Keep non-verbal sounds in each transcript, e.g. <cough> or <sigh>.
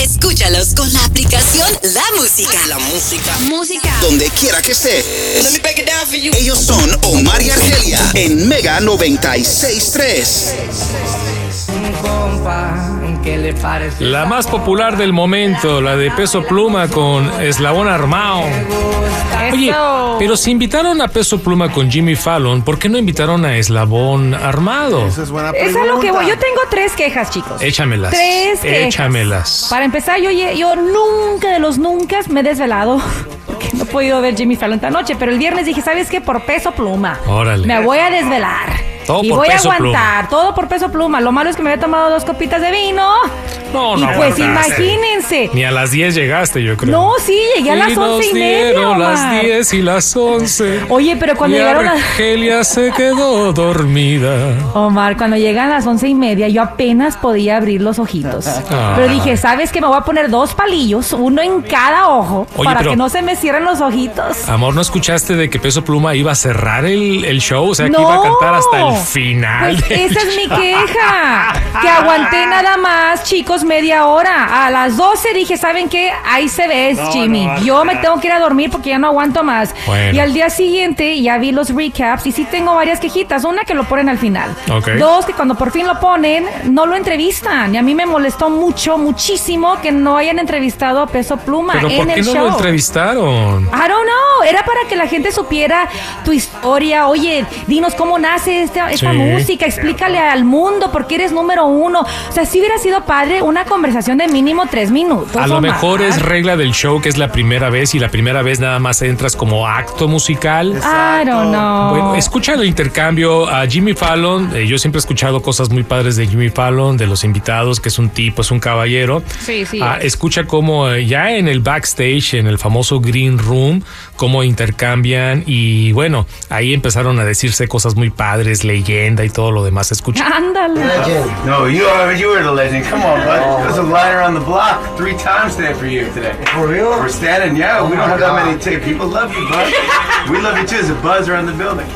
Escúchalos con la aplicación La Música. La música. Música. Donde quiera que esté. Ellos son Omar y Argelia en Mega 963. La más popular del momento, la de Peso Pluma con Eslabón Armao. Oye, pero si invitaron a Peso Pluma con Jimmy Fallon, ¿por qué no invitaron a Eslabón Armado? Esa es buena Es pregunta. a lo que voy. Yo tengo tres quejas, chicos. Échamelas. Tres quejas. Échamelas. Para empezar, yo, lle- yo nunca de los nunca me he desvelado. <laughs> Porque no he podido ver Jimmy Fallon esta noche. Pero el viernes dije, ¿sabes qué? Por peso pluma. Órale. Me voy a desvelar. Todo y por voy peso a aguantar. Todo por peso pluma. Lo malo es que me había tomado dos copitas de vino. Oh, No, y no pues aguantaste. imagínense. Ni a las 10 llegaste, yo creo. No, sí, llegué a las nos once y media. dieron Omar. las 10 y las 11. Oye, pero cuando y llegaron a- Argelia se quedó dormida. Omar, cuando llegan las once y media, yo apenas podía abrir los ojitos. Ah. Pero dije, ¿sabes qué? Me voy a poner dos palillos, uno en cada ojo, Oye, para pero- que no se me cierren los ojitos. Amor, ¿no escuchaste de que Peso Pluma iba a cerrar el, el show? O sea, no. que iba a cantar hasta el final. Pues del esa <laughs> es mi queja. Que aguanté nada más, chicos, media hora. A las 12 dije, ¿saben qué? Ahí se ve, Jimmy. Yo me tengo que ir a dormir porque ya no aguanto más. Bueno. Y al día siguiente ya vi los recaps y sí tengo varias quejitas. Una que lo ponen al final. Ok. Dos, que cuando por fin lo ponen, no lo entrevistan. Y a mí me molestó mucho, muchísimo que no hayan entrevistado a Peso Pluma Pero en ¿por qué el no show. lo entrevistaron? I don't know. Era para que la gente supiera tu historia. Oye, dinos cómo nace esta, esta Sí. música. Explícale al mundo por qué eres número uno. O sea, si hubiera sido padre una conversación de mínimo tres minutos. A lo Omar. mejor es regla del show que es la primera vez y la primera vez nada más entras como acto musical. I don't know. Bueno, escucha el intercambio a Jimmy Fallon. eh, yo siempre he escuchado cosas muy padres de Jimmy Fallon, de los invitados, que es un tipo, es un caballero. Sí, sí. Ah, escucha cómo eh, ya en el backstage, en el famoso Green Room, cómo intercambian y bueno, ahí empezaron a decirse cosas muy padres, leyenda y todo lo demás. Escucha. <laughs> Ándale. No, you are you were the legend. Come on, Oh. bud. There's a line around the block three times today for you today. For real? We're standing, yeah. we Oh don't my have that many God. tickets. People love you, bud. we love you too. There's a buzz around the building.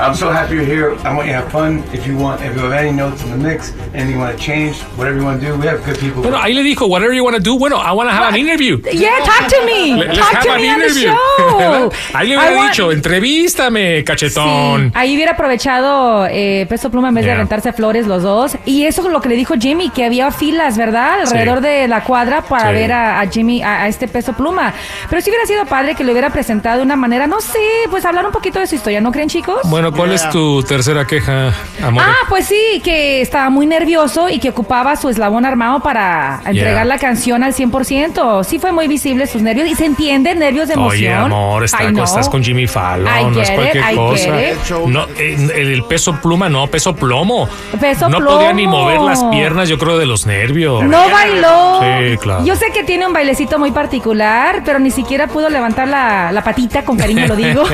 I'm so happy you're here. I want you to have fun. If you want, if you have any notes in the mix, anything you want to change, whatever you want to do, we have good people. Bueno, ahí le dijo, whatever you want do, bueno, I want have an interview. Yeah, talk to me. Le- les talk have to an me on the interview. show. <laughs> Ahí le I hubiera want- dicho, entrevístame, Sí, cachetón. ahí hubiera aprovechado eh, Peso Pluma en vez Yeah. de rentarse flores los dos. Y eso es lo que le dijo Jimmy, que había filas, ¿verdad? Alrededor de la cuadra para Sí. ver a, a Jimmy, a, a este Peso Pluma. Pero sí hubiera sido padre que lo hubiera presentado de una manera, no sé, pues hablar un poquito de su historia, ¿no creen, chicos? Bueno, ¿cuál es tu tercera queja, amor? Ah, pues sí, que estaba muy nervioso y que ocupaba su eslabón armado para entregar la canción al 100%. Sí fue muy visible sus nervios y se entiende, nervios de emoción. Oye, amor, está- I know. estás con Jimmy Fallon, I no es get it, cualquier I cosa. get it. No, eh, el, el peso pluma, no, peso plomo. Peso no podía plomo. ni mover las piernas, yo creo, de los nervios. No bailó. Sí, claro. Yo sé que tiene un bailecito muy particular, pero ni siquiera pudo levantar la, la patita, con cariño lo <laughs> digo,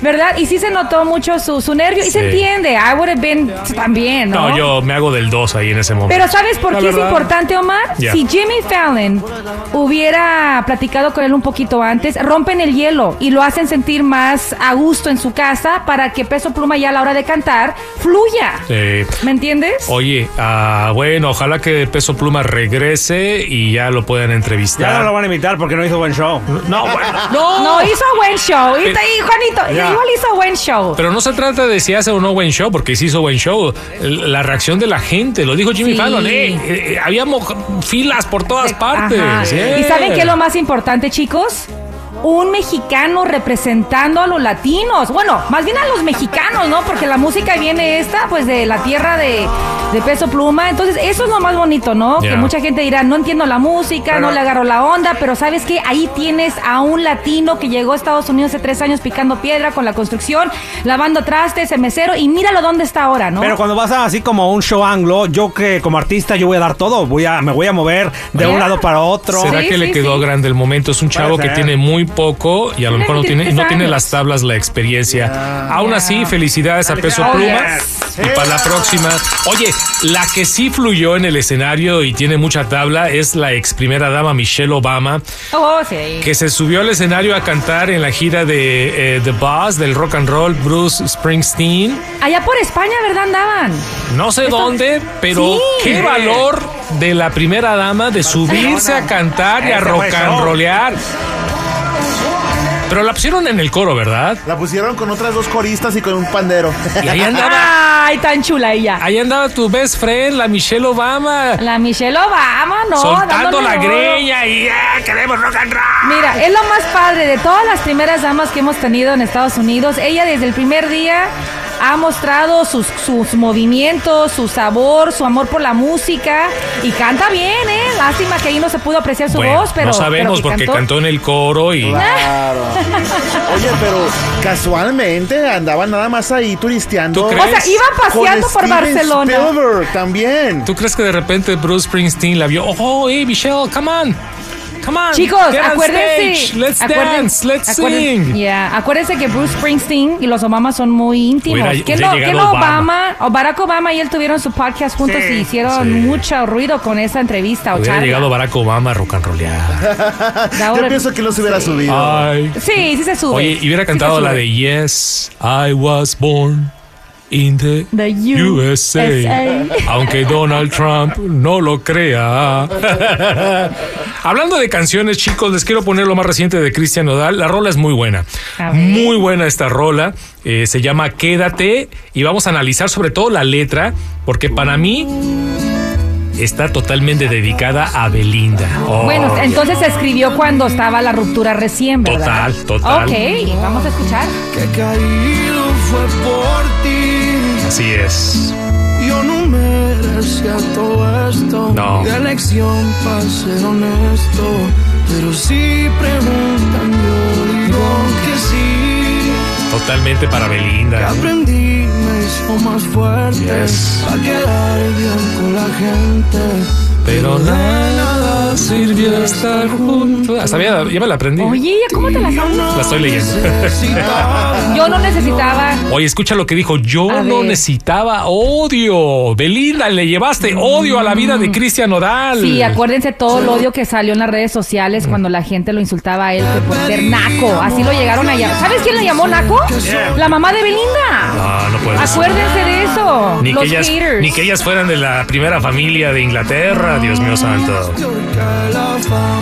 ¿verdad? Y sí se notó mucho su, su nervio. Y Sí. se entiende, I would have been también, ¿no? No, yo me hago del dos ahí en ese momento. Pero ¿sabes por La qué es verdad. importante, Omar? Ya. Si Jimmy Fallon hubiera platicado con él un poquito antes, rompen el hielo y lo hacen sentir más a gusto en su casa para que Peso Pluma ya a la hora de cantar fluya. Sí. ¿Me entiendes? Oye, ah, bueno, ojalá que Peso Pluma regrese y ya lo puedan entrevistar. Ya no lo van a invitar porque no hizo buen show. No, bueno, no. No, hizo buen show. Y, y Juanito, Ya. igual hizo buen show. Pero no se trata de si hace o no buen show, porque si hizo buen show. L- La reacción de la gente, lo dijo Jimmy Sí. Fallon, eh, eh, eh, había mo- filas por todas partes. Ajá. Yeah. ¿Y saben qué es lo más importante, chicos? un mexicano representando a los latinos. Bueno, más bien a los mexicanos, ¿no? Porque la música viene esta, pues de la tierra de, de peso pluma. Entonces, eso es lo más bonito, ¿no? Ya. Que mucha gente dirá, no entiendo la música, no le agarro la onda, pero sabes que ahí tienes a un latino que llegó a Estados Unidos hace tres años picando piedra con la construcción, lavando trastes, en mesero, y míralo dónde está ahora, ¿no? Pero cuando vas a así como a un show anglo, yo que como artista yo voy a dar todo, voy a me voy a mover de Yeah. un lado para otro. ¿Será Sí, que le sí, quedó sí. grande el momento? Es un chavo Puede que ser. tiene muy poco y a lo Tiene mejor no tiene, no 23 tiene años. las tablas, la experiencia. Aún así, felicidades a Peso Oh, Pluma. yes. Y para la próxima, oye, la que sí fluyó en el escenario y tiene mucha tabla es la ex primera dama Michelle Obama, Oh, sí. que se subió al escenario a cantar en la gira de eh, The Boss del rock and roll Bruce Springsteen. Allá por España, ¿verdad? Andaban. No sé dónde, pero Sí. qué valor de la primera dama de subirse a cantar y a Ese fue rock and show. rollear. Pero la pusieron en el coro, ¿verdad? La pusieron con otras dos coristas y con un pandero. Y <laughs> ahí andaba, Ay, tan chula ella. ahí andaba tu best friend, la Michelle Obama, La Michelle Obama, no. soltando dándole la duro. greña y "Ah, queremos rock and roll. Mira, es lo más padre de todas las primeras damas que hemos tenido en Estados Unidos. Ella desde el primer día ha mostrado sus, sus movimientos, su sabor, su amor por la música y canta bien, ¿eh? Lástima que ahí no se pudo apreciar su Bueno, voz, pero no pero sabemos que porque cantó. en el coro y Claro. Oye, pero casualmente andaban nada más ahí turisteando. ¿Tú O crees? sea, iba paseando con por Steven Barcelona. Spielberg también. ¿tú crees que de repente Bruce Springsteen la vio? Oh, hey Michelle, come on. Come on. Chicos, get on acuérdense. stage, Let's acuérden- dance, let's acuérden- sing. Yeah, Acuérdense que Bruce Springsteen y los Obama son muy íntimos. Hubiera- ¿Qué hubiera no, qué llegado no Obama. Obama? o Barack Obama y él tuvieron su podcast juntos Sí, y hicieron sí. mucho ruido con esa entrevista o Hubiera charla. llegado Barack Obama a rock and rollear. De ahora- Yo pienso que los hubiera subido. Ay. Sí, sí se sube. Oye, y hubiera Sí cantado se la sube. de Yes, I was born in the, The USA. USA. Aunque Donald Trump no lo crea. Hablando de canciones, chicos, les quiero poner lo más reciente de Cristian Nodal. La rola es muy buena. A ver. Muy buena esta rola. Eh, se llama Quédate y vamos a analizar sobre todo la letra, porque para mí está totalmente dedicada a Belinda. Oh, <laughs> Bueno, entonces se escribió cuando estaba la ruptura recién, ¿verdad? Total, total. Ok, vamos a escuchar. Que caído fue por ti. así es. Yo no merecía todo esto. No. De elección, para ser honesto. Pero si preguntan, yo digo que sí. Totalmente para Que Belinda. aprendí, me hizo más fuerte. Yes. A quedar bien con la gente. Pero nada sirvió estar juntos. Hasta ya, ya me la aprendí. Oye, ¿cómo te la sabes? La estoy leyendo. <laughs> Necesitaba. Yo no necesitaba. Oye, escucha lo que dijo. Yo A no ver. necesitaba odio. Belinda, le llevaste odio a la vida de Cristian Odal. Mm. Sí, acuérdense todo el odio que salió en las redes sociales Mm. cuando la gente lo insultaba a él que por ser naco. Así lo llegaron a llamar. ¿Sabes quién lo llamó naco? La mamá de Belinda. No, no puede ser. Acuérdense de eso. Ah. Ni que, Los ellas, haters. ni que ellas fueran de la primera familia de Inglaterra, Dios mío santo.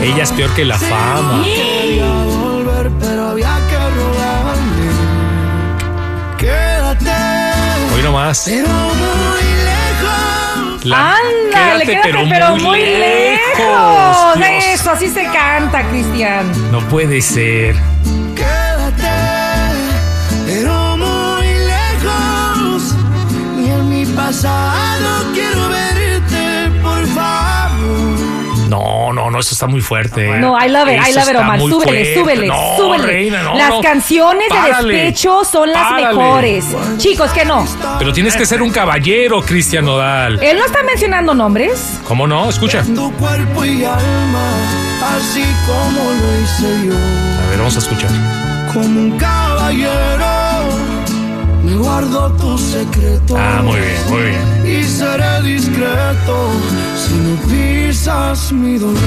Ella es peor que la fama. volver, pero había que rogarle. Quédate. Hoy nomás. Pero muy lejos. Ah. La- Ándale, quédate, pero, muy lejos. Dios. Eso, así se canta, Cristian. No puede ser. Quédate. Pero muy lejos. Ni en mi pasado quiero verte, por favor. No, no, no, eso está muy fuerte. No, I love it, I Eso love it, está Omar. muy Súbele, fuerte. súbele, No, súbele. reina, no, las no. canciones Párale, de despecho son las párale. mejores. Chicos, que no. Pero tienes que ser un caballero, Cristian Nodal. Él no está mencionando nombres. ¿Cómo no? Escucha. Tu cuerpo y alma, así como lo hice yo. A ver, vamos a escuchar. Como un caballero, me guardo tus secretos. Ah, muy bien, muy bien. Y seré discreto si no pisas mi dolor.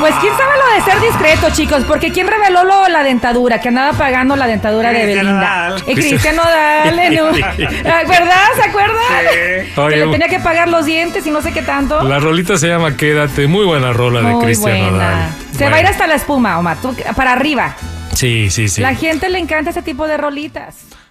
Pues quién sabe lo de ser discreto, chicos, porque quién reveló lo, la dentadura, que andaba pagando la dentadura de Cristian Belinda. Nodal. Eh, Cristian Nodal, en <laughs> un- ¿verdad? ¿Se acuerdan? Oye, que le tenía que pagar los dientes y no sé qué tanto. La rolita se llama Quédate. Muy buena rola de Muy Cristian buena. Nodal. Se Bueno. va a ir hasta la espuma, Omar, tú- para arriba. Sí, sí, sí. La gente le encanta ese tipo de rolitas.